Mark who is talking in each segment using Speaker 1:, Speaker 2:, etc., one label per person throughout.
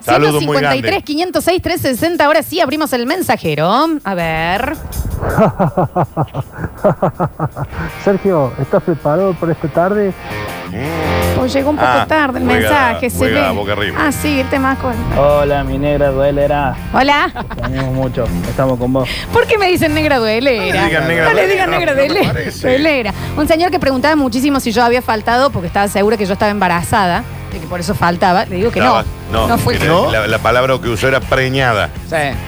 Speaker 1: Saludo muy
Speaker 2: 153,
Speaker 1: grande.
Speaker 2: 506, 360. Ahora sí abrimos el mensajero. A ver.
Speaker 3: Sergio, ¿estás preparado para esta tarde?
Speaker 2: O llegó un poco
Speaker 1: Ah,
Speaker 2: tarde el
Speaker 1: juega-
Speaker 2: mensaje. se
Speaker 1: juega
Speaker 2: ve.
Speaker 1: boca arriba.
Speaker 2: Ah, sí, el tema con.
Speaker 4: Hola, mi negra duelera.
Speaker 2: Hola.
Speaker 4: Tenemos mucho. Estamos con vos.
Speaker 2: ¿Por qué me dicen negra duelera?
Speaker 1: No le digan negra
Speaker 2: No le digan negra
Speaker 1: duelera, no me
Speaker 2: duele-
Speaker 1: parece.
Speaker 2: duelera. Un señor que preguntaba muchísimo si yo había faltado porque estaba segura que yo estaba embarazada y que por eso faltaba. Le digo que no.
Speaker 1: Estaba- No,
Speaker 2: fue
Speaker 1: era-
Speaker 2: yo.
Speaker 1: La, la palabra que usó era preñada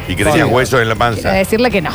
Speaker 1: y que tenía huesos en la panza.
Speaker 2: Quiero decirle que no,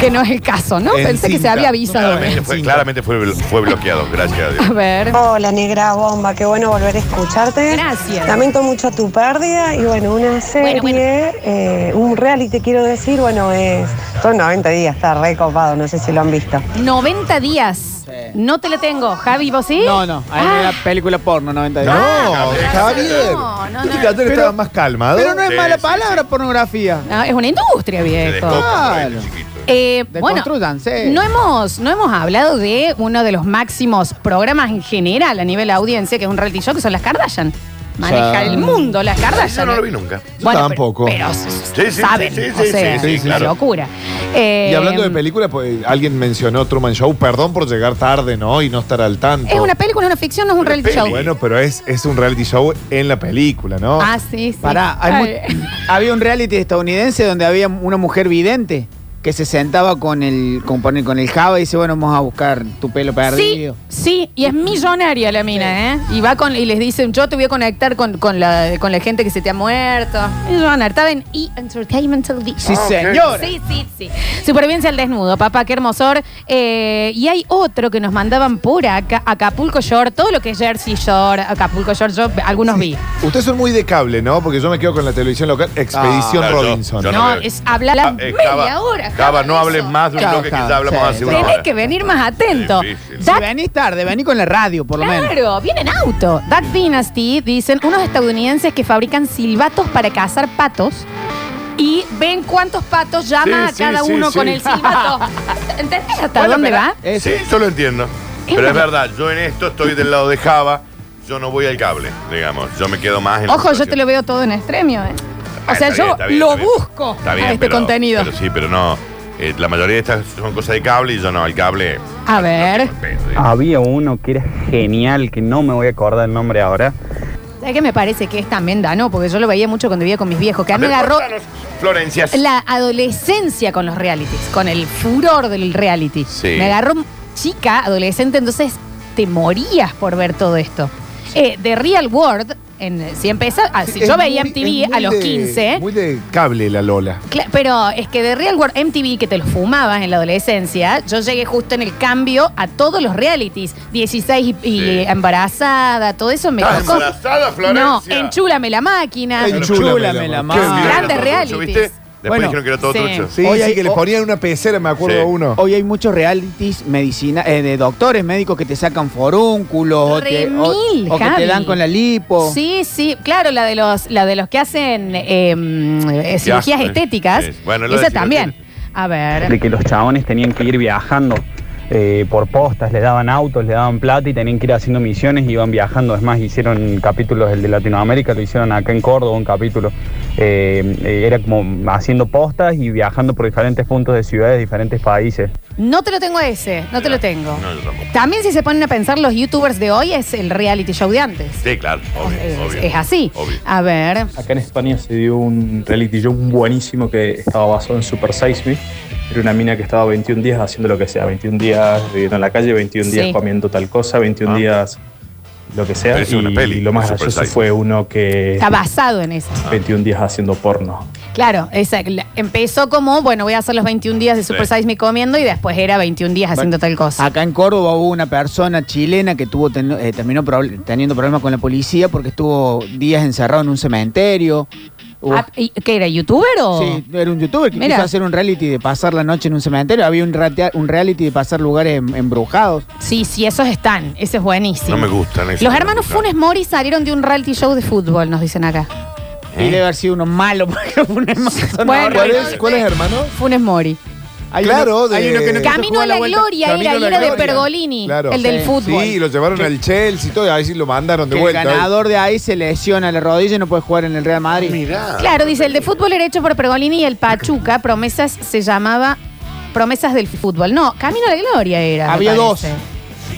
Speaker 2: que no es el caso, ¿no?
Speaker 5: En
Speaker 2: Pensé que se
Speaker 5: cinta.
Speaker 2: había avisado.
Speaker 1: Claramente fue, claramente fue, blo- fue bloqueado, gracias a Dios.
Speaker 2: A ver.
Speaker 6: Hola, negra bomba, qué bueno volver a escucharte.
Speaker 2: Gracias.
Speaker 6: Lamento mucho tu pérdida y bueno, una serie,
Speaker 2: bueno.
Speaker 6: eh, un reality quiero decir, bueno, es, son 90 días, está re copado, no sé si lo han visto.
Speaker 2: 90 días. No te la tengo. Javi, ¿vos sí?
Speaker 4: No, no. Ahí
Speaker 2: Ah,
Speaker 4: era película porno 90 días.
Speaker 5: No,
Speaker 1: Javier.
Speaker 5: Javier.
Speaker 2: No, no,
Speaker 5: Este
Speaker 2: no.
Speaker 5: cartel estaba más calmado.
Speaker 4: Pero no es
Speaker 1: Sí,
Speaker 4: mala
Speaker 1: sí,
Speaker 4: palabra pornografía.
Speaker 2: no, es una industria,
Speaker 1: Se
Speaker 2: viejo.
Speaker 1: descoca por ahí,
Speaker 4: Claro.
Speaker 1: chiquito.
Speaker 2: Eh, bueno,
Speaker 4: Deconstrúyanse.
Speaker 2: no hemos, no hemos hablado de uno de los máximos programas en general a nivel audiencia, que es un reality show, que son las Kardashian. Maneja
Speaker 5: sea,
Speaker 2: el mundo, las Kardashian. ¿eh?
Speaker 1: Yo no lo vi nunca.
Speaker 5: Yo tampoco.
Speaker 2: Pero, pero
Speaker 1: sí, sí,
Speaker 2: saben,
Speaker 1: sí,
Speaker 2: o
Speaker 1: sí,
Speaker 2: sea,
Speaker 1: sí, sí,
Speaker 2: es
Speaker 1: claro.
Speaker 2: locura. Eh,
Speaker 5: Y hablando de películas, pues, alguien mencionó Truman Show. Perdón por llegar tarde, ¿no? Y no estar al tanto.
Speaker 2: Es una película, es una ficción, no es un
Speaker 1: Una
Speaker 2: reality
Speaker 1: peli.
Speaker 2: show.
Speaker 5: Bueno, pero es, es un reality show en la película, ¿no?
Speaker 2: Ah, sí, sí.
Speaker 4: Pará, hay mu-
Speaker 2: Ay.
Speaker 4: había un reality estadounidense donde había una mujer vidente que se sentaba con el con, poner- con el Java y dice, bueno, vamos a buscar tu pelo
Speaker 2: Sí,
Speaker 4: perdido.
Speaker 2: sí, y es millonaria la mina, ¿eh? Y va con, y les dice, yo te voy a conectar con, con, la, con la gente que se te ha muerto. Millonaria, estaba en E! Entertainment
Speaker 4: Sí,
Speaker 2: Television.
Speaker 1: Ah, ok.
Speaker 4: señor.
Speaker 2: Sí, sí, sí. Supervivencia al desnudo, papá, qué hermosor. Eh, y hay otro que nos mandaban por acá, Acapulco Shore, todo lo que es Jersey Shore, Acapulco Shore, yo algunos vi.
Speaker 5: Ustedes son muy de cable, ¿no? Porque yo me quedo con la televisión local. Expedición
Speaker 1: Ah, claro, yo-
Speaker 5: Robinson.
Speaker 1: yo
Speaker 2: No,
Speaker 1: veo.
Speaker 2: es hablar
Speaker 1: Ah, eh,
Speaker 2: media
Speaker 1: Java,
Speaker 2: hora.
Speaker 1: Java, no
Speaker 2: de
Speaker 1: hables
Speaker 2: eso.
Speaker 1: más de un
Speaker 4: Java,
Speaker 1: bloque que
Speaker 4: Java,
Speaker 1: ya hablamos
Speaker 4: sí.
Speaker 1: hace una
Speaker 2: Tenés
Speaker 1: hora.
Speaker 2: que venir más atento.
Speaker 1: Difícil.
Speaker 2: Da-
Speaker 4: Si venís tarde, vení con la radio, por lo menos.
Speaker 2: Claro, viene en auto. Duck Dynasty, dicen, unos estadounidenses que fabrican silbatos para cazar patos y ven cuántos patos llama
Speaker 1: Sí,
Speaker 2: a
Speaker 1: sí,
Speaker 2: cada
Speaker 1: sí,
Speaker 2: uno
Speaker 1: sí.
Speaker 2: con el silbato. ¿Entendés hasta
Speaker 4: Bueno,
Speaker 2: dónde
Speaker 4: pero-
Speaker 2: va?
Speaker 4: Eh,
Speaker 1: Sí, yo lo entiendo. Pero
Speaker 2: una-
Speaker 1: es verdad, yo en esto estoy del lado de Java, yo no voy al cable, digamos. Yo me quedo más en la
Speaker 2: Ojo, yo
Speaker 1: situación.
Speaker 2: te lo veo todo en extremio, ¿eh?
Speaker 1: Ah,
Speaker 2: O sea,
Speaker 1: está bien,
Speaker 2: yo
Speaker 1: está bien,
Speaker 2: lo
Speaker 1: está bien.
Speaker 2: busco
Speaker 1: Está bien,
Speaker 2: a este
Speaker 1: pero-
Speaker 2: contenido.
Speaker 1: Pero sí, pero no. Eh, la mayoría de estas son cosas de cable y yo no, el cable.
Speaker 2: a ver,
Speaker 7: Había uno que era genial, que no me voy a acordar el nombre ahora.
Speaker 2: ¿sabes qué me parece que es también Dano? Porque yo lo veía mucho cuando vivía con mis viejos, que a mí me agarró
Speaker 1: Contanos, Florencia.
Speaker 2: la adolescencia con los realities, con el furor del reality.
Speaker 1: Sí.
Speaker 2: Me agarró chica, adolescente, entonces te morías por ver todo esto. Eh, The Real World, en, si empieza, ah, si
Speaker 5: Es
Speaker 2: yo veía
Speaker 5: muy- es
Speaker 2: MTV
Speaker 5: muy
Speaker 2: a los
Speaker 5: de-
Speaker 2: 15,
Speaker 5: Muy de cable la Lola.
Speaker 2: cla- pero es que The Real World MTV, que te lo fumabas en la adolescencia, yo llegué justo en el cambio a todos los realities, 16 y, y
Speaker 1: Sí.
Speaker 2: embarazada, todo eso me
Speaker 1: ¿Estás
Speaker 2: tocó.
Speaker 1: embarazada,
Speaker 2: No,
Speaker 1: Florencia?
Speaker 2: enchúlame la máquina.
Speaker 4: Enchúlame
Speaker 5: Enchúlame
Speaker 4: la
Speaker 5: la
Speaker 4: mano.
Speaker 1: Era
Speaker 5: mano.
Speaker 2: Grandes
Speaker 1: todo
Speaker 2: realities.
Speaker 1: trucho, ¿viste? Después
Speaker 4: Bueno,
Speaker 1: dijeron que era todo
Speaker 2: sí.
Speaker 1: trucho.
Speaker 5: Sí,
Speaker 4: Hoy
Speaker 5: sí,
Speaker 4: hay-
Speaker 5: que les ponían una pecera, me acuerdo
Speaker 1: Sí.
Speaker 5: uno.
Speaker 4: Hoy hay muchos realities medicina, eh, de doctores médicos que te sacan forúnculos o, te, o-
Speaker 2: Remil,
Speaker 4: o que
Speaker 2: Javi.
Speaker 4: te dan con la lipo.
Speaker 2: Sí, sí, claro, la de los, la de los que hacen eh, mm, eh, cirugías
Speaker 1: eh,
Speaker 2: estéticas.
Speaker 1: sí. Bueno, lo
Speaker 2: esa
Speaker 1: de cirugía-
Speaker 2: también. A ver.
Speaker 7: De que los chabones tenían que ir viajando eh, por postas, les daban autos, les daban plata y tenían que ir haciendo misiones y iban viajando. Es más, hicieron capítulos el de Latinoamérica, lo hicieron acá en Córdoba, un capítulo. Eh, eh, era como haciendo postas y viajando por diferentes puntos de ciudades, de diferentes países.
Speaker 2: No te lo tengo a ese, no te lo tengo.
Speaker 1: No, yo tampoco.
Speaker 2: También si se ponen a pensar los youtubers de hoy es el reality show de antes.
Speaker 1: Sí, claro, obvio.
Speaker 2: es,
Speaker 1: obvio.
Speaker 2: es así.
Speaker 1: Obvio.
Speaker 2: A ver.
Speaker 8: Acá en España se dio un reality show buenísimo que estaba basado en Super Size Me. Era una mina que estaba 21 días haciendo lo que sea, 21 días viviendo en la calle, 21
Speaker 2: Sí.
Speaker 8: días comiendo tal cosa, 21
Speaker 1: Ah.
Speaker 8: días lo que sea.
Speaker 1: Pero es una
Speaker 8: y
Speaker 1: peli,
Speaker 8: lo más
Speaker 1: Super
Speaker 8: gracioso
Speaker 1: Size Me.
Speaker 8: fue uno que
Speaker 2: Está basado en eso.
Speaker 8: 21 días haciendo porno.
Speaker 2: Claro, esa- la- empezó como, bueno, voy a hacer los 21 días de Super
Speaker 1: Sí.
Speaker 2: Size Me comiendo y después era 21 días haciendo tal cosa.
Speaker 4: Acá en Córdoba hubo una persona chilena que tuvo ten- eh, terminó prob- teniendo problemas con la policía porque estuvo días encerrado en un cementerio. Hubo-
Speaker 2: Ah, ¿y ¿Qué era, youtuber o?
Speaker 4: uh. Sí, era un youtuber que
Speaker 2: Mira.
Speaker 4: quiso hacer un reality de pasar la noche en un cementerio. Había un, ratea- un reality de pasar lugares em- embrujados.
Speaker 2: Sí, sí, esos están. Ese es buenísimo.
Speaker 1: No me gustan esos.
Speaker 2: Los hermanos
Speaker 1: No.
Speaker 2: Funes Mori salieron de un reality show de fútbol, nos dicen acá.
Speaker 5: Eh.
Speaker 4: Y debe haber sido uno malo porque fue una
Speaker 2: Bueno,
Speaker 5: ¿Cuál
Speaker 2: no
Speaker 5: es,
Speaker 2: sé.
Speaker 5: cuál es, hermano?
Speaker 2: Funes Mori.
Speaker 4: Hay
Speaker 5: Claro,
Speaker 4: uno- hay
Speaker 5: de-
Speaker 4: uno que no quiso
Speaker 2: Camino
Speaker 4: jugar
Speaker 2: a la
Speaker 4: vuelta.
Speaker 2: gloria
Speaker 5: Camino
Speaker 2: era,
Speaker 5: a
Speaker 2: y
Speaker 5: la
Speaker 2: era de
Speaker 5: gloria.
Speaker 2: Pergolini,
Speaker 5: Claro.
Speaker 2: el del
Speaker 5: Sí.
Speaker 2: fútbol.
Speaker 5: Sí, lo llevaron al Chelsea y todo, ahí sí lo mandaron de
Speaker 4: Que el
Speaker 5: vuelta. eh.
Speaker 4: ganador de ahí se lesiona la rodilla y no puede jugar en el Real Madrid.
Speaker 1: Mirá.
Speaker 2: Claro, dice, el de fútbol era hecho por Pergolini y el Pachuca, promesas se llamaba Promesas del Fútbol. No, Camino a la Gloria era. me
Speaker 4: Había dos.
Speaker 2: parece.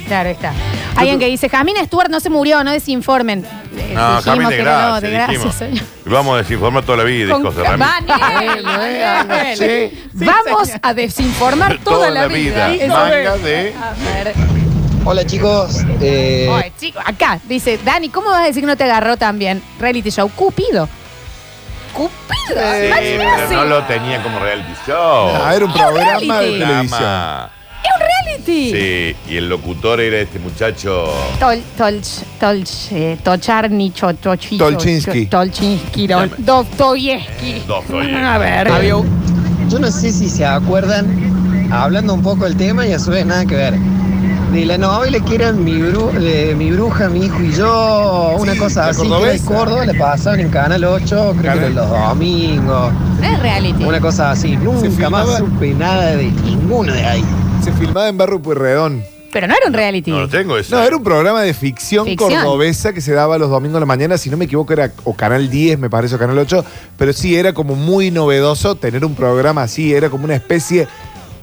Speaker 2: Claro, está. Alguien que dice, Jamina Stuart no se murió, no desinformen. Eh,
Speaker 1: No,
Speaker 2: dijimos
Speaker 1: Jaime
Speaker 2: que
Speaker 1: de
Speaker 2: no,
Speaker 1: gracia,
Speaker 2: de gracia,
Speaker 1: dijimos.
Speaker 2: señor.
Speaker 1: Vamos a desinformar toda la vida y
Speaker 2: Con-
Speaker 1: cosas raras.
Speaker 2: Daniel, Daniel. Vamos a desinformar toda, la, vida. Eso
Speaker 1: Manga
Speaker 2: es.
Speaker 1: de.
Speaker 2: A ver.
Speaker 9: Hola chicos, eh,
Speaker 2: Oye, chico, acá dice, Dani, ¿cómo vas a decir que no te agarró también? Reality show, Cupido. Cupido.
Speaker 1: Sí, eh, pero
Speaker 2: imagínate.
Speaker 1: no lo tenía como reality show.
Speaker 5: Ah, era un
Speaker 2: Era un
Speaker 5: programa de
Speaker 2: reality.
Speaker 5: televisión.
Speaker 1: Programa.
Speaker 2: Reality.
Speaker 1: Sí, y el locutor era este muchacho.
Speaker 2: Tol, tolch, tolch, eh, tocharni, cho, chochicho,
Speaker 5: Tolchinsky.
Speaker 2: cho- Tolchinsky, dol- Dostoyevsky.
Speaker 1: Dostoyevsky.
Speaker 2: A ver.
Speaker 4: Había un-
Speaker 9: yo no sé si se acuerdan, hablando un poco del tema y a su vez nada que ver, de la novela que era mi, Bru- de mi bruja, mi hijo y yo, una cosa
Speaker 5: la
Speaker 9: así, que era de
Speaker 5: cordobesa.
Speaker 9: Córdoba la pasaban en Canal 8, creo que
Speaker 5: Canal-
Speaker 9: eran los domingos,
Speaker 2: Es reality.
Speaker 9: una cosa así, nunca más
Speaker 5: filmaba-
Speaker 9: supe nada de ninguno de ahí.
Speaker 5: Se filmaba en Barro Pueyrredón.
Speaker 2: Pero no era un reality.
Speaker 1: No lo tengo eso.
Speaker 5: No, era un programa de ficción,
Speaker 2: Ficción.
Speaker 5: cordobesa que se daba los domingos a la mañana, si no me equivoco era o Canal 10, me parece, o Canal 8, pero sí era como muy novedoso tener un programa así, era como una especie,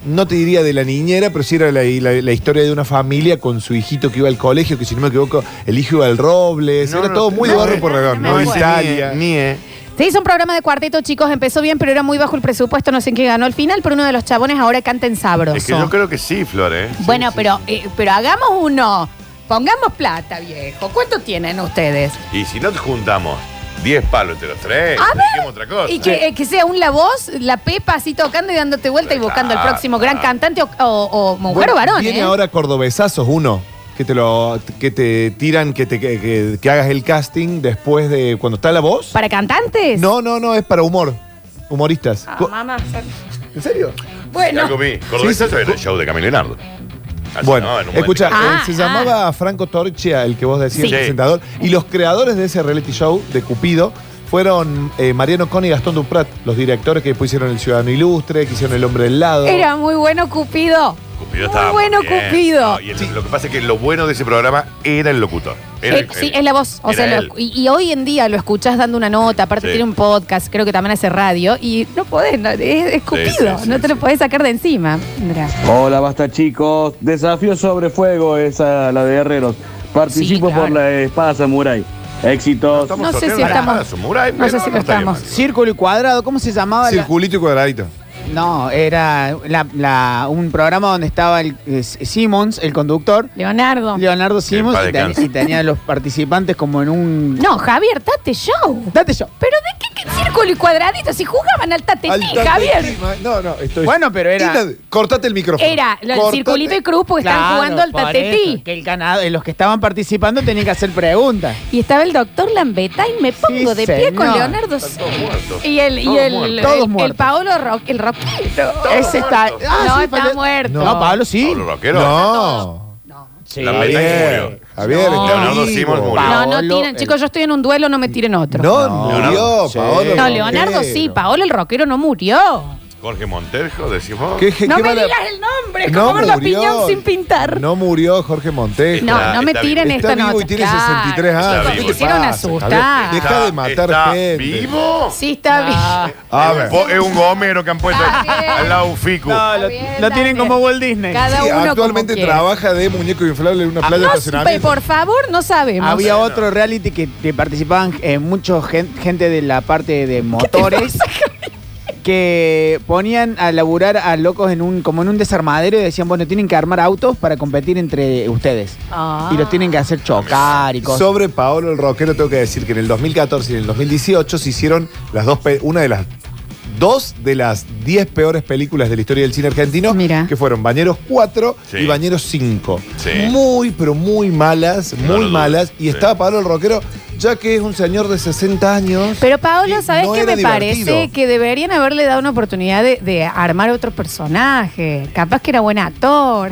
Speaker 5: no te diría de la niñera, pero sí era la, la- la historia de una familia con su hijito que iba al colegio, que si no me equivoco, el hijo iba al Robles,
Speaker 1: No,
Speaker 5: era
Speaker 1: no,
Speaker 5: todo
Speaker 1: no,
Speaker 5: muy de
Speaker 1: no,
Speaker 5: barro
Speaker 1: no,
Speaker 5: por redón,
Speaker 2: no,
Speaker 5: ¿no?
Speaker 2: no,
Speaker 5: Italia.
Speaker 1: Ni, eh.
Speaker 2: Se hizo un programa de cuarteto, chicos. Empezó bien, pero era muy bajo el presupuesto. No sé en qué ganó al final, pero uno de los chabones ahora canta en sabroso.
Speaker 1: Es que yo creo que sí, Flor, ¿eh?
Speaker 2: bueno, pero, eh, pero hagamos uno. Pongamos plata, viejo. ¿Cuánto tienen ustedes?
Speaker 1: Y si no te juntamos 10 palos entre los tres,
Speaker 2: A ver,
Speaker 1: hacemos otra cosa.
Speaker 2: Y que, eh, que sea un la voz, la pepa así tocando y dándote vuelta y buscando al
Speaker 1: Claro,
Speaker 2: próximo gran
Speaker 1: claro.
Speaker 2: cantante o, o- o mujer
Speaker 5: Bueno,
Speaker 2: o varón.
Speaker 5: Viene
Speaker 2: ¿eh?
Speaker 5: ahora Cordobesazos uno. Que te, lo, que te tiran, que, te, que, que- que hagas el casting después de cuando está la voz.
Speaker 2: ¿Para cantantes?
Speaker 5: No, no, no, es para humor. Humoristas.
Speaker 2: Ah,
Speaker 5: Co-
Speaker 2: mamá, sorry.
Speaker 5: ¿En serio?
Speaker 1: Ya
Speaker 2: Bueno,
Speaker 1: comí.
Speaker 5: Sí,
Speaker 1: Cordobesa
Speaker 5: sí.
Speaker 1: era el show de Camilo Leonardo. Así,
Speaker 5: bueno,
Speaker 1: ¿no? En un
Speaker 5: escucha,
Speaker 1: momento.
Speaker 2: Ah,
Speaker 5: eh, se
Speaker 2: ah.
Speaker 5: llamaba Franco Torchia, el que vos decías,
Speaker 1: Sí.
Speaker 5: el presentador. Y los creadores de ese reality show de Cupido fueron eh, Mariano Con y Gastón Duprat, los directores que después hicieron El Ciudadano Ilustre, que hicieron El Hombre del Lado.
Speaker 2: era muy bueno Cupido.
Speaker 1: Cupido
Speaker 2: Muy
Speaker 1: estaba
Speaker 2: bueno
Speaker 1: bien.
Speaker 2: Cupido.
Speaker 1: No, y el- Lo que pasa es que lo bueno de ese programa era el locutor. Era
Speaker 2: Eh,
Speaker 1: el-
Speaker 2: sí,
Speaker 1: el-
Speaker 2: es la voz. O
Speaker 1: era
Speaker 2: sea, lo-
Speaker 1: él.
Speaker 2: y, y hoy en día lo escuchás dando una nota, aparte
Speaker 1: Sí.
Speaker 2: tiene un podcast, creo que también hace radio, y no podés, no, es, es Cupido,
Speaker 1: sí, sí,
Speaker 2: no te lo
Speaker 1: sí.
Speaker 2: podés sacar de encima. Mirá.
Speaker 8: Hola, basta chicos. Desafío sobre fuego, esa la de Herreros.
Speaker 2: Participo Sí, claro. por la
Speaker 8: espada samurai. Éxitos.
Speaker 1: Estamos
Speaker 2: No sé
Speaker 1: sorteando
Speaker 2: si
Speaker 1: la
Speaker 2: estamos-
Speaker 1: espada Samurai,
Speaker 2: no sé
Speaker 1: pero
Speaker 2: si lo
Speaker 1: está bien
Speaker 2: estamos.
Speaker 1: mal.
Speaker 4: Círculo y cuadrado, ¿cómo se llamaba? la-
Speaker 5: Circulito y cuadradito.
Speaker 4: No, era la- la- un programa donde estaba el, eh, Simmons, el conductor.
Speaker 2: Leonardo.
Speaker 4: Leonardo Simmons
Speaker 1: paz
Speaker 4: y, ten-
Speaker 1: descanse.
Speaker 4: y tenía a los participantes como en un.
Speaker 2: no, Javier, tate show.
Speaker 4: Date yo.
Speaker 2: ¿Pero de qué, qué círculo y cuadradito? Si jugaban al tate,
Speaker 5: Al tanto-
Speaker 2: Javier.
Speaker 5: No, no, estoy.
Speaker 4: Bueno, pero era-
Speaker 5: Inad- Cortate el micrófono.
Speaker 2: Era lo- el
Speaker 5: Cortate.
Speaker 2: circulito y cruz porque están
Speaker 4: Claro,
Speaker 2: jugando al
Speaker 4: por
Speaker 2: tatetí.
Speaker 4: eso, Que el ganado, eh, los que estaban participando tenían que hacer preguntas.
Speaker 2: Y estaba el doctor Lambeta y me pongo de pie con
Speaker 4: señor.
Speaker 2: Leonardo
Speaker 1: Están todos
Speaker 2: Sil-
Speaker 1: muertos.
Speaker 2: Y el, y
Speaker 1: Todos
Speaker 2: el, el,
Speaker 1: muertos.
Speaker 4: Todos
Speaker 2: el
Speaker 4: muertos.
Speaker 2: Paolo Ro- el Roquero.
Speaker 4: Ese está.
Speaker 1: muertos.
Speaker 2: No, está
Speaker 4: falló-
Speaker 2: muerto.
Speaker 4: No, Pablo sí.
Speaker 1: Pablo Roquero.
Speaker 5: No.
Speaker 4: Sí.
Speaker 1: La meta que
Speaker 5: Javier.
Speaker 1: murió.
Speaker 5: Javier,
Speaker 2: No.
Speaker 1: Leonardo
Speaker 5: vivo.
Speaker 1: Simmons murió.
Speaker 2: No, no
Speaker 4: Paolo,
Speaker 2: tiren,
Speaker 4: el-
Speaker 2: chicos, yo estoy en un duelo, no me tiren otro.
Speaker 5: eh. No,
Speaker 1: Leonardo,
Speaker 5: murió,
Speaker 4: sí.
Speaker 5: Paolo.
Speaker 2: No, Leonardo sí,
Speaker 5: Paolo.
Speaker 2: Paolo el rockero no murió.
Speaker 1: Jorge Monterjo, decimos.
Speaker 5: ¿Qué- qué-
Speaker 2: No
Speaker 5: qué
Speaker 2: me
Speaker 5: mala-
Speaker 2: digas el nombre, es como ver la piñón sin pintar. No,
Speaker 5: No murió Jorge Montejo.
Speaker 2: no,
Speaker 1: Está-
Speaker 2: me
Speaker 1: está
Speaker 2: tiren
Speaker 5: vivo.
Speaker 2: esta
Speaker 5: Está vivo y
Speaker 2: nota.
Speaker 5: tiene
Speaker 2: Claro,
Speaker 5: 63 años.
Speaker 2: chicos,
Speaker 1: Está
Speaker 2: Me
Speaker 1: vivo.
Speaker 2: quisieron
Speaker 5: Pasa,
Speaker 2: asustar.
Speaker 5: Javier. Deja de matar
Speaker 1: ¿Está
Speaker 5: gente.
Speaker 1: vivo?
Speaker 2: Sí, está bien.
Speaker 5: A
Speaker 1: Es un
Speaker 5: ver.
Speaker 1: po- Es un gomero que han puesto
Speaker 2: Está bien.
Speaker 1: al lado un ficu.
Speaker 4: No, lo,
Speaker 2: bien,
Speaker 4: lo
Speaker 2: está
Speaker 4: tienen
Speaker 2: bien.
Speaker 4: como Walt Disney.
Speaker 2: Cada
Speaker 5: Sí,
Speaker 2: uno como
Speaker 5: actualmente
Speaker 2: quiera. Ah,
Speaker 5: trabaja de muñeco inflable en una playa de
Speaker 2: No, pe-
Speaker 5: estacionamiento.
Speaker 2: por favor, no sabemos.
Speaker 4: Había otro reality que, que participaban eh, mucho gen- gente de la parte de motores que ponían a laburar a locos en un como en un desarmadero y decían, bueno, tienen que armar autos para competir entre ustedes.
Speaker 2: Ah.
Speaker 4: Y los tienen que hacer chocar y cosas.
Speaker 5: Sobre Paolo el Roquero tengo que decir que en el 2014 y en el 2018 se hicieron las dos pe- una de las dos de las 10 peores películas de la historia del cine argentino,
Speaker 2: Mira.
Speaker 5: que fueron Bañeros 4
Speaker 1: Sí.
Speaker 5: y Bañeros 5.
Speaker 1: Sí.
Speaker 5: Muy, pero muy malas,
Speaker 1: lo
Speaker 5: muy
Speaker 1: dudo.
Speaker 5: malas. Y
Speaker 1: Sí.
Speaker 5: estaba Paolo el Roquero, ya que es un señor de 60 años.
Speaker 2: Pero Paolo,
Speaker 5: y
Speaker 2: ¿sabes
Speaker 5: no
Speaker 2: qué
Speaker 5: era
Speaker 2: me
Speaker 5: divertido.
Speaker 2: parece? Que deberían haberle dado una oportunidad de, de armar otro personaje. Capaz que era buen actor.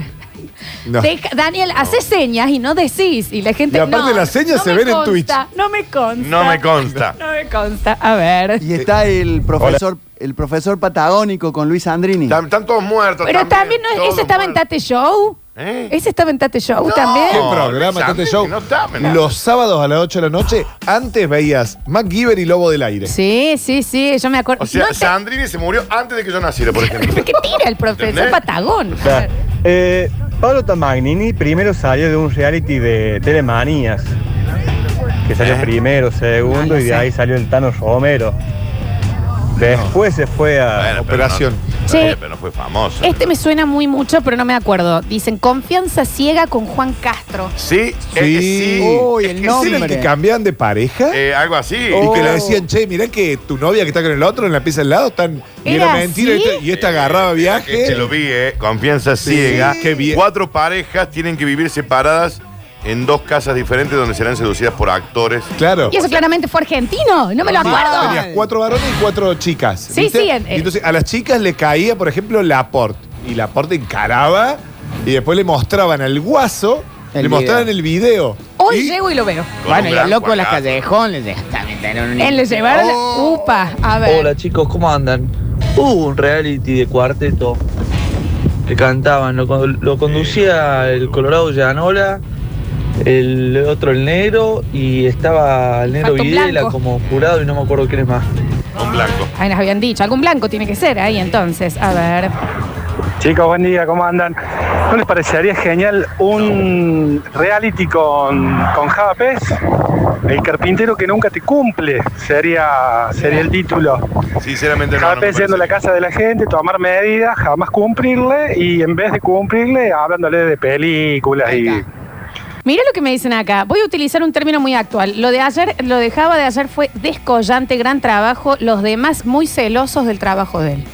Speaker 5: No.
Speaker 2: Deja- Daniel, hace señas y no decís. Y la gente.
Speaker 5: Y aparte
Speaker 2: no,
Speaker 5: las señas
Speaker 2: no
Speaker 5: se
Speaker 2: me
Speaker 5: ven en
Speaker 2: consta,
Speaker 5: Twitch.
Speaker 2: No me consta.
Speaker 1: No me consta.
Speaker 2: No me consta. A ver.
Speaker 10: Y está el profesor el profesor patagónico con Luis Andrini.
Speaker 1: Están, están todos muertos.
Speaker 2: Pero también, no,
Speaker 1: todos
Speaker 2: ese estaba en
Speaker 1: muertos.
Speaker 2: Tate Show.
Speaker 1: ¿Eh?
Speaker 2: Ese estaba en Tate Show
Speaker 1: No.
Speaker 5: ¿Qué
Speaker 2: también.
Speaker 1: No,
Speaker 5: Este programa
Speaker 1: Luis
Speaker 5: Tate
Speaker 1: Andrini
Speaker 5: Show?
Speaker 1: no está, ¿no?
Speaker 5: Los sábados a las 8 de la noche, antes veías MacGyver y Lobo del Aire.
Speaker 2: Sí, sí, sí, yo me acuerdo.
Speaker 1: O sea,
Speaker 2: No te-
Speaker 1: Sandrini se murió antes de que yo naciera, por ejemplo.
Speaker 2: ¿Qué tira el profesor
Speaker 1: ¿Entendés?
Speaker 2: Patagón?
Speaker 7: Eh, Pablo Tamagnini primero salió de un reality de Telemanías, que salió
Speaker 1: ¿Eh?
Speaker 7: primero,
Speaker 9: Ah,
Speaker 7: segundo,
Speaker 2: No, no
Speaker 7: y de
Speaker 2: sé.
Speaker 7: ahí salió el Tano Romero. Después se fue a...
Speaker 1: Bueno, pero
Speaker 5: Operación.
Speaker 1: no-
Speaker 2: Sí.
Speaker 1: eh, Pero no fue famoso.
Speaker 2: Este me suena muy mucho, pero no me acuerdo. Dicen confianza ciega con Juan Castro.
Speaker 1: Sí,
Speaker 5: Sí.
Speaker 1: es que sí.
Speaker 4: Uy,
Speaker 1: Es
Speaker 4: el
Speaker 1: que
Speaker 4: nombre. Oh.
Speaker 5: ¿Era el que cambian de pareja?
Speaker 1: Eh, algo así.
Speaker 5: Y que le decían, che, mirá que tu novia que está con el otro en la pieza al lado están. Y
Speaker 2: ¿Era
Speaker 5: era mentira. y
Speaker 2: así?
Speaker 5: esta- Y esta agarraba viaje.
Speaker 1: Se lo vi, eh. Confianza ciega.
Speaker 5: Qué bien.
Speaker 1: Cuatro parejas tienen que vivir separadas en dos casas diferentes donde serán seducidas por actores.
Speaker 5: Claro.
Speaker 2: Y eso claramente fue argentino,
Speaker 1: Ah,
Speaker 2: no me lo acuerdo.
Speaker 5: Tenías cuatro varones y cuatro chicas.
Speaker 2: Sí,
Speaker 5: ¿viste?
Speaker 2: sí, en-
Speaker 5: Y entonces a las chicas le caía, por ejemplo, Laporte. Y Laporte encaraba y después le mostraban al guaso,
Speaker 4: El
Speaker 5: le
Speaker 4: video.
Speaker 5: mostraban el video.
Speaker 2: Hoy
Speaker 5: Y-
Speaker 2: llego y lo veo.
Speaker 1: Con
Speaker 4: Bueno,
Speaker 1: un
Speaker 4: y
Speaker 1: gran
Speaker 4: el loco de las
Speaker 1: cuadrado.
Speaker 4: callejones de- también tenían un-
Speaker 2: Él le llevaron.
Speaker 1: Oh.
Speaker 2: Upa, a ver.
Speaker 9: Hola chicos, ¿cómo andan? Hubo un reality de cuarteto que cantaban, lo, con- lo conducía el Colorado Llanola, el otro el negro y estaba el negro
Speaker 2: Pato
Speaker 9: Videla
Speaker 2: Blanco.
Speaker 9: como jurado y no me acuerdo quién es más.
Speaker 1: Un blanco.
Speaker 2: Ahí nos habían dicho, algún blanco tiene que ser ahí entonces. A ver.
Speaker 7: Chicos, buen día, ¿cómo andan? ¿No les parecería genial un reality con, con Java Pez? El carpintero que nunca te cumple sería, sería el título.
Speaker 1: Sinceramente no.
Speaker 7: Java
Speaker 1: no me
Speaker 7: Pez yendo a la
Speaker 1: parece.
Speaker 7: casa de la gente, tomar medidas, jamás cumplirle y en vez de cumplirle, hablándole de películas y.
Speaker 2: Mira lo que me dicen acá. Voy a utilizar un término muy actual. Lo de ayer, lo dejaba de ayer fue descollante, gran trabajo. Los demás muy celosos del trabajo de él.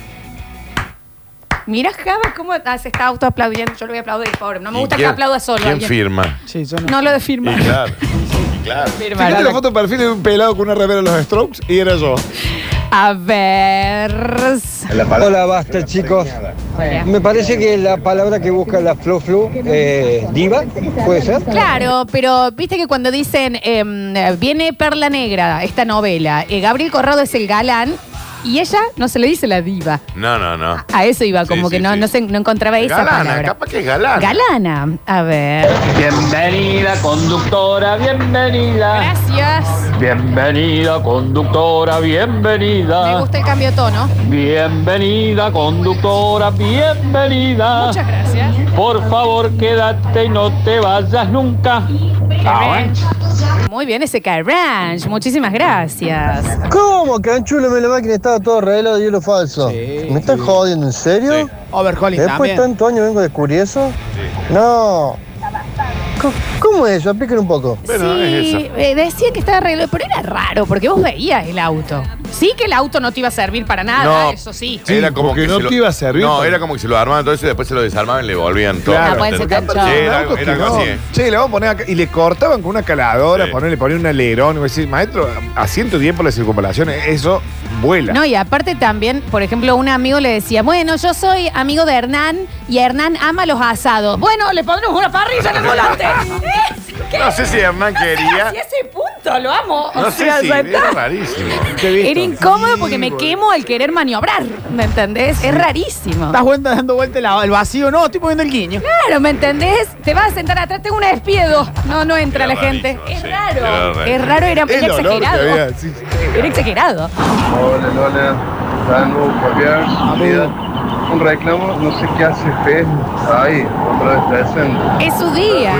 Speaker 2: Mira, Java, cómo ah, se está autoaplaudiendo. Yo lo voy a aplaudir, pobre. No me
Speaker 1: ¿Y
Speaker 2: gusta que
Speaker 1: quién-
Speaker 2: aplauda solo.
Speaker 1: ¿Quién
Speaker 2: alguien.
Speaker 1: firma?
Speaker 4: Sí, yo no-
Speaker 2: No lo de firmar.
Speaker 1: Y claro. y claro.
Speaker 2: Firmar.
Speaker 5: Fíjate la foto de perfil de un pelado con una remera de los Strokes y era yo.
Speaker 2: A ver.
Speaker 9: Hola, basta chicos. Me parece que la palabra que busca la Flo Flu eh, diva, ¿puede ser?
Speaker 2: Claro, pero viste que cuando dicen em, viene Perla Negra, esta novela, eh, Gabriel Corrado es el galán y ella no se le dice la diva.
Speaker 1: No, no, no.
Speaker 2: A eso iba, como
Speaker 1: Sí,
Speaker 2: que
Speaker 1: sí,
Speaker 2: no,
Speaker 1: sí.
Speaker 2: no, se- no encontraba Ah, esa
Speaker 1: galana,
Speaker 2: palabra.
Speaker 1: capaz que es galana.
Speaker 2: Galana, a ver.
Speaker 9: Bienvenida conductora, bienvenida.
Speaker 2: Gracias.
Speaker 9: Bienvenida conductora,
Speaker 2: Me
Speaker 9: bienvenida.
Speaker 2: gusta el cambio de tono.
Speaker 9: Bienvenida conductora, bienvenida.
Speaker 2: Muchas gracias.
Speaker 9: Por favor, quédate y no te vayas nunca.
Speaker 1: Ah,
Speaker 2: Ranch. Muy bien ese Ranch. Muchísimas gracias.
Speaker 9: ¿Cómo, canchulo? Me la máquina estaba todo reloj de hilo falso.
Speaker 4: Sí.
Speaker 9: ¿Me estás jodiendo en serio?
Speaker 1: Sí.
Speaker 4: Overhauling
Speaker 9: Después de
Speaker 4: también.
Speaker 9: tanto año vengo a descubrir eso. No. Co- ¿Cómo es eso? Aplíquenlo un poco.
Speaker 1: Bueno, es
Speaker 2: sí,
Speaker 1: eso.
Speaker 2: eh, decía que estaba arreglado, pero era raro porque vos veías el auto. Sí que el auto no te iba a servir para nada,
Speaker 1: No.
Speaker 2: eso sí.
Speaker 5: Sí,
Speaker 1: era como
Speaker 5: porque
Speaker 1: que
Speaker 5: no
Speaker 1: se lo-
Speaker 5: te iba a servir.
Speaker 1: No, era como que se lo armaban todo eso y después se lo desarmaban y le volvían todo.
Speaker 5: Claro.
Speaker 2: Ah, pueden ser
Speaker 1: Sí,
Speaker 2: canchos.
Speaker 1: era,
Speaker 5: Autos
Speaker 1: era
Speaker 5: que
Speaker 1: algo
Speaker 5: no.
Speaker 1: así. eh.
Speaker 5: Che, le vamos a poner acá. Y le cortaban con una caladora,
Speaker 1: Sí.
Speaker 5: ponerle, poner un alerón. Y decir, maestro, a 110 por la circunvalación, eso vuela.
Speaker 2: No, y aparte también, por ejemplo, un amigo le decía, bueno, yo soy amigo de Hernán y Hernán ama los asados. Bueno, le pondremos una parrilla en el volante. ¿Qué?
Speaker 1: No sé si Hernán quería.
Speaker 2: Hacia ese punto, lo amo. O
Speaker 1: No sé
Speaker 2: sea,
Speaker 1: si.
Speaker 2: ya
Speaker 1: Era
Speaker 2: está.
Speaker 1: rarísimo.
Speaker 4: Qué visto.
Speaker 2: Era incómodo porque me
Speaker 5: boludo.
Speaker 2: quemo al querer maniobrar, ¿me entendés? Es rarísimo.
Speaker 4: Estás vuelta- dando vuelta la- el vacío, no, estoy poniendo el guiño.
Speaker 2: Claro, ¿me entendés? Te vas a sentar atrás, tengo un despiedo. No, no entra
Speaker 1: Era
Speaker 2: la gente.
Speaker 1: rarísimo,
Speaker 2: Es
Speaker 1: sí.
Speaker 2: raro.
Speaker 1: Era raro.
Speaker 2: Es raro, era, era
Speaker 5: El olor que
Speaker 2: exagerado.
Speaker 5: había, sí.
Speaker 2: Era exagerado.
Speaker 7: Hola, Lola, Tango, Javier, Lida. Un reclamo, no sé qué hace Pez ahí, otra vez presente.
Speaker 2: Es su día.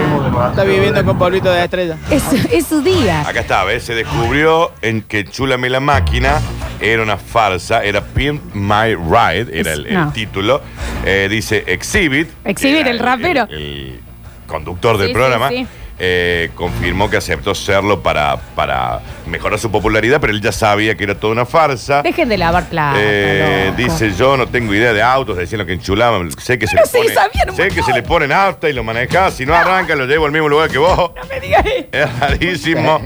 Speaker 4: Está viviendo con Pablito de Estrella.
Speaker 2: Es, es su día.
Speaker 1: Acá está, ¿ves? Se descubrió en que Chúlame la máquina era una farsa, era Pimp My Ride, era el, el
Speaker 2: No.
Speaker 1: título. Eh, dice Exhibit.
Speaker 2: Exhibit,
Speaker 1: era
Speaker 2: el rapero.
Speaker 1: El, el conductor del
Speaker 2: Sí, sí,
Speaker 1: programa.
Speaker 2: sí.
Speaker 1: eh, confirmó que aceptó serlo para, para mejorar su popularidad, pero él ya sabía que era toda una farsa.
Speaker 2: Dejen de lavar plata.
Speaker 1: Eh,
Speaker 2: loco.
Speaker 1: dice yo no tengo idea de autos, decían lo que enchulaban, sé que se
Speaker 2: Pero
Speaker 1: le
Speaker 2: sí,
Speaker 1: pone,
Speaker 2: sabían un
Speaker 1: sé que
Speaker 2: montón.
Speaker 1: se le ponen afta y lo manejás, si no arranca lo llevo al mismo lugar que vos.
Speaker 2: No me digas eso.
Speaker 1: Es rarísimo.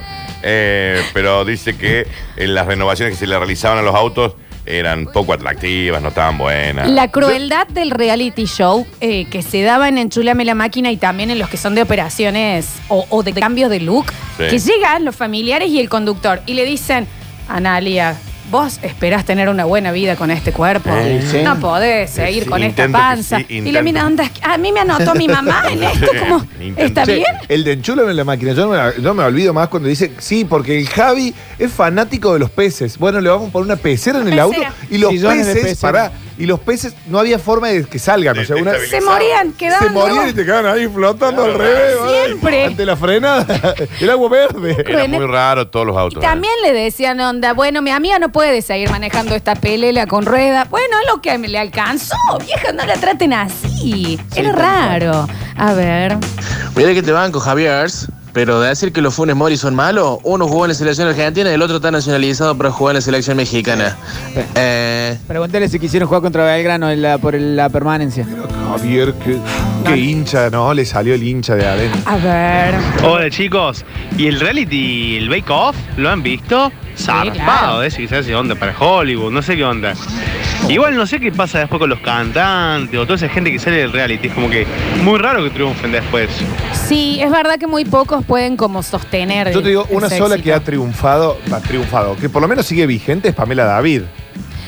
Speaker 1: Eh, pero dice que eh, las renovaciones que se le realizaban a los autos eran poco atractivas, no estaban buenas.
Speaker 2: La crueldad del reality show eh, que se daba en Enchulame la Máquina y también en los que son de operaciones o, o de cambios de look,
Speaker 1: Sí.
Speaker 2: que llegan los familiares y el conductor y le dicen, Analia, Vos esperás tener una buena vida con este cuerpo.
Speaker 1: Eh, sí.
Speaker 2: No podés seguir
Speaker 1: Sí,
Speaker 2: con esta
Speaker 1: intento que
Speaker 2: panza.
Speaker 1: sí,
Speaker 2: y la mina anda. A mí me anotó mi mamá en esto. Como,
Speaker 1: Intento.
Speaker 2: ¿Está
Speaker 5: Che,
Speaker 2: bien?
Speaker 5: El de enchúlame en la máquina. Yo no, me, yo me olvido más cuando dice, sí, porque el Javi es fanático de los peces. Bueno, le vamos a poner una pecera en el auto
Speaker 2: Pecera.
Speaker 5: y los
Speaker 4: Sillones de
Speaker 5: peces,
Speaker 4: pecera.
Speaker 5: pará, y los peces no había forma de que salgan. O sea, una-
Speaker 2: Se morían, quedaban.
Speaker 5: se morían y te quedaban ahí flotando al revés. ¿vale?
Speaker 2: Siempre.
Speaker 5: Ante la frenada. el agua verde.
Speaker 1: Era
Speaker 2: Bueno.
Speaker 1: muy raro todos los autos.
Speaker 2: También le decían, onda, bueno, mi amiga no puede seguir manejando esta pelela con rueda. Bueno, es lo que me le alcanzó. Vieja, no la traten así. Era raro. A ver.
Speaker 11: Mira que te banco, Javiers. Pero de decir que los Funes Mori son malos, uno jugó en la selección argentina y el otro está nacionalizado para jugar en la selección mexicana. Eh,
Speaker 4: Pregúntale si quisieron jugar contra Belgrano en la- por el- la permanencia.
Speaker 5: Javier, qué, qué hincha, ¿no? Le salió el hincha de adentro.
Speaker 2: A ver.
Speaker 12: Hola chicos, ¿y el reality, el Bake Off, lo han visto?
Speaker 2: claro.
Speaker 12: Zarpado, ese que se hace onda para Hollywood, no sé qué onda. Igual no sé qué pasa después con los cantantes o toda esa gente que sale del reality, es como que muy raro que triunfen después.
Speaker 2: Sí, es verdad que muy pocos pueden como sostener.
Speaker 5: Yo te digo,
Speaker 2: el
Speaker 5: una sola
Speaker 2: éxito.
Speaker 5: que ha triunfado, ha triunfado, que por lo menos sigue vigente es Pamela David.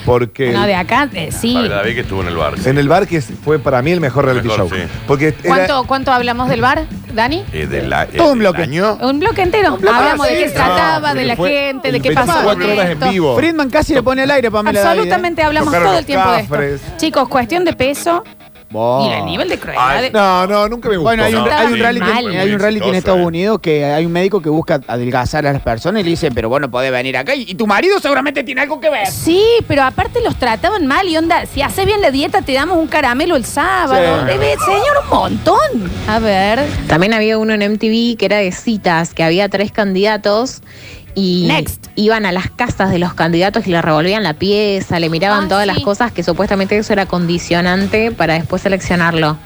Speaker 5: Porque
Speaker 2: No, de acá, eh, sí.
Speaker 1: Para David que estuvo en el bar. sí.
Speaker 5: en el bar que fue para mí el mejor reality
Speaker 1: Mejor,
Speaker 5: show.
Speaker 1: sí.
Speaker 5: Porque era-
Speaker 2: ¿Cuánto, ¿Cuánto hablamos del bar, Dani?
Speaker 1: Eh, del a-
Speaker 5: Todo
Speaker 1: eh,
Speaker 5: un
Speaker 1: del
Speaker 5: bloque.
Speaker 1: año. Ah,
Speaker 2: Un bloque entero. Hablamos de
Speaker 5: sí.
Speaker 2: qué
Speaker 5: No,
Speaker 2: trataba, de
Speaker 5: porque
Speaker 2: la
Speaker 5: fue
Speaker 2: gente, de qué
Speaker 5: 24
Speaker 2: pasó. con
Speaker 5: horas en
Speaker 2: esto.
Speaker 5: vivo.
Speaker 4: Friedman casi le pone al aire, Pamela. David, ¿eh?
Speaker 2: Absolutamente hablamos
Speaker 5: Tocaron
Speaker 2: todo
Speaker 5: los
Speaker 2: el tiempo de esto.
Speaker 5: cafres.
Speaker 2: Chicos, cuestión de peso
Speaker 4: Vos.
Speaker 2: y el nivel de crueldad. de-
Speaker 5: Oh. No, no, nunca me gustó.
Speaker 4: Bueno, hay un,
Speaker 1: No,
Speaker 4: hay un
Speaker 1: sí,
Speaker 4: reality,
Speaker 2: fue muy
Speaker 4: hay un reality en
Speaker 1: exitoso,
Speaker 4: Estados
Speaker 1: eh.
Speaker 4: Unidos que hay un médico que busca adelgazar a las personas y le dice, pero bueno, podés venir acá y, y tu marido seguramente tiene algo que ver.
Speaker 2: Sí, pero aparte los trataban mal y onda, si hace bien la dieta te damos un caramelo el sábado.
Speaker 4: Sí.
Speaker 2: Debe, señor, un montón. A ver.
Speaker 13: También había uno en MTV que era de citas, que había tres candidatos y
Speaker 2: Next.
Speaker 13: iban a las casas de los candidatos y le revolvían la pieza, le miraban
Speaker 2: Ah,
Speaker 13: todas
Speaker 2: sí.
Speaker 13: las cosas que supuestamente eso era condicionante para después seleccionarlo.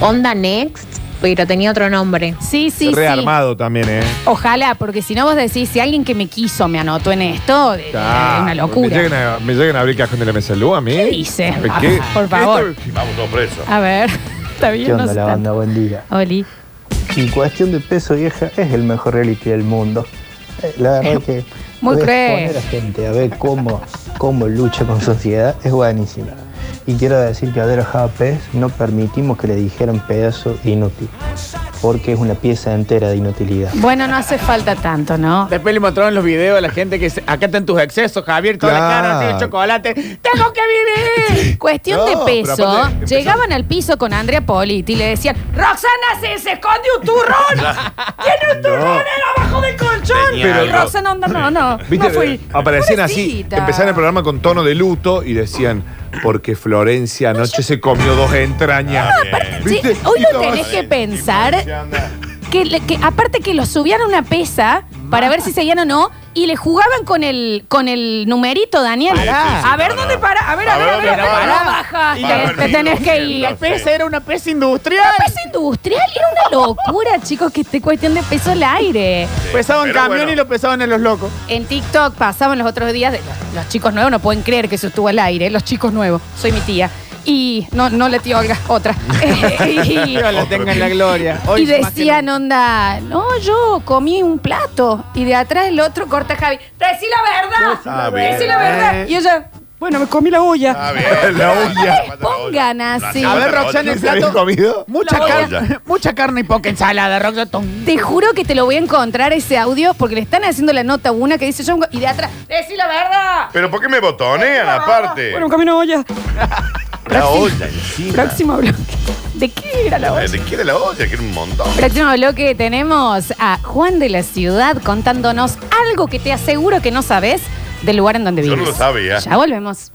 Speaker 13: Onda Next, pero tenía otro nombre.
Speaker 2: Sí, sí, sí.
Speaker 5: Rearmado también, ¿eh?
Speaker 2: Ojalá, porque si no vos decís, si alguien que me quiso me anotó en esto, eh, es una
Speaker 5: Me llegan,
Speaker 2: locura.
Speaker 5: a, me llegan a abrir cajón de la mesa de luz a mí.
Speaker 2: ¿Qué dice?
Speaker 5: ¿Qué?
Speaker 2: Ah, por favor.
Speaker 1: Vamos todos presos.
Speaker 2: A ver, está bien,
Speaker 9: ¿Qué
Speaker 2: no
Speaker 9: onda
Speaker 2: sé
Speaker 9: la
Speaker 2: tanto.
Speaker 9: banda? Buen día.
Speaker 2: Oli.
Speaker 9: En cuestión de peso vieja, es el mejor reality del mundo. Eh, La verdad que
Speaker 2: Muy
Speaker 9: podés
Speaker 2: cruel.
Speaker 9: poner a gente a ver cómo, cómo lucha con sociedad es buenísima. Y quiero decir que a Dero Japes no permitimos que le dijeran pedazo de inútil, porque es una pieza entera de inutilidad.
Speaker 2: Bueno, no hace falta tanto, ¿no?
Speaker 4: Después le mostraron los videos a la gente que se- acá están tus excesos, Javier, toda la
Speaker 5: Claro.
Speaker 4: cara, así de chocolate. ¡Tengo que vivir!
Speaker 2: Cuestión
Speaker 5: No,
Speaker 2: de
Speaker 5: pero
Speaker 2: peso,
Speaker 5: aparte empezó-
Speaker 2: llegaban al piso con Andrea Politi y le decían, Roxana se, se esconde un turrón, tiene un turrón abajo del colchón.
Speaker 1: Tenía
Speaker 2: Pero,
Speaker 1: algo.
Speaker 2: Roxana, onda, no, no,
Speaker 5: ¿Viste?
Speaker 2: no fui.
Speaker 5: Aparecían así,
Speaker 2: Pobrecita.
Speaker 5: empezaron el programa con tono de luto y decían, porque Florencia anoche se comió dos entrañas.
Speaker 1: aparte,
Speaker 2: Sí,
Speaker 5: ¿Viste?
Speaker 2: Ah, hoy
Speaker 5: Y
Speaker 2: lo
Speaker 5: todo
Speaker 2: tenés
Speaker 5: así.
Speaker 2: que pensar que, le- que aparte que lo subían a una pesa para ver si seguían o no y le jugaban con el con el numerito Daniel.
Speaker 1: Sí, sí, sí,
Speaker 2: a ver
Speaker 1: no, no.
Speaker 2: dónde para, a ver, a
Speaker 1: A
Speaker 2: ver, a
Speaker 1: ver
Speaker 2: ver, a ver, no
Speaker 1: dónde pará.
Speaker 2: baja,
Speaker 1: Y la-
Speaker 2: te- te tenés que ir.
Speaker 1: La pesa
Speaker 4: Esa era una pez industrial.
Speaker 2: La pesa industrial era una locura, chicos, que esté cuestión de peso al aire.
Speaker 4: Pesaban
Speaker 1: Pero
Speaker 4: camión
Speaker 1: bueno.
Speaker 4: y lo pesaban a los locos.
Speaker 2: En TikTok pasaban los otros días, de- los, los chicos nuevos no pueden creer que eso estuvo al aire, los chicos nuevos, soy mi tía. Y no, no la tía Olga, otra. Eh, Y-
Speaker 4: Dios la tenga en la gloria. Hoy
Speaker 2: y
Speaker 4: más que
Speaker 2: decían, onda, no, yo comí un plato. Y de atrás el otro corta Javi, decí la verdad,
Speaker 5: sabés.
Speaker 2: decí la verdad. Y ella, bueno, me comí la olla.
Speaker 1: Está bien.
Speaker 5: La olla.
Speaker 1: Falta la
Speaker 2: Pongan
Speaker 1: olla.
Speaker 2: así.
Speaker 1: La
Speaker 4: A ver,
Speaker 1: falta la
Speaker 4: Roxana,
Speaker 1: olla.
Speaker 4: el
Speaker 5: ¿Se habían
Speaker 4: plato.
Speaker 5: comido?
Speaker 4: Mucha,
Speaker 2: La
Speaker 4: car-
Speaker 1: olla.
Speaker 4: mucha carne y poca ensalada, Roxatón.
Speaker 2: Te juro que te lo voy a encontrar ese audio porque le están haciendo la nota a una que dice yo y de atrás, decí la verdad.
Speaker 1: Pero ¿por qué me botonean aparte?
Speaker 2: Bueno, comí una olla.
Speaker 1: la olla encima.
Speaker 2: Próximo bloque. ¿De qué era la olla?
Speaker 1: Eh, ¿De quién era la olla? Que era un montón.
Speaker 2: Próximo bloque tenemos a Juan de la Ciudad contándonos algo que te aseguro que no sabes del lugar en donde
Speaker 1: Yo
Speaker 2: vives.
Speaker 1: no lo sabía.
Speaker 2: Ya volvemos.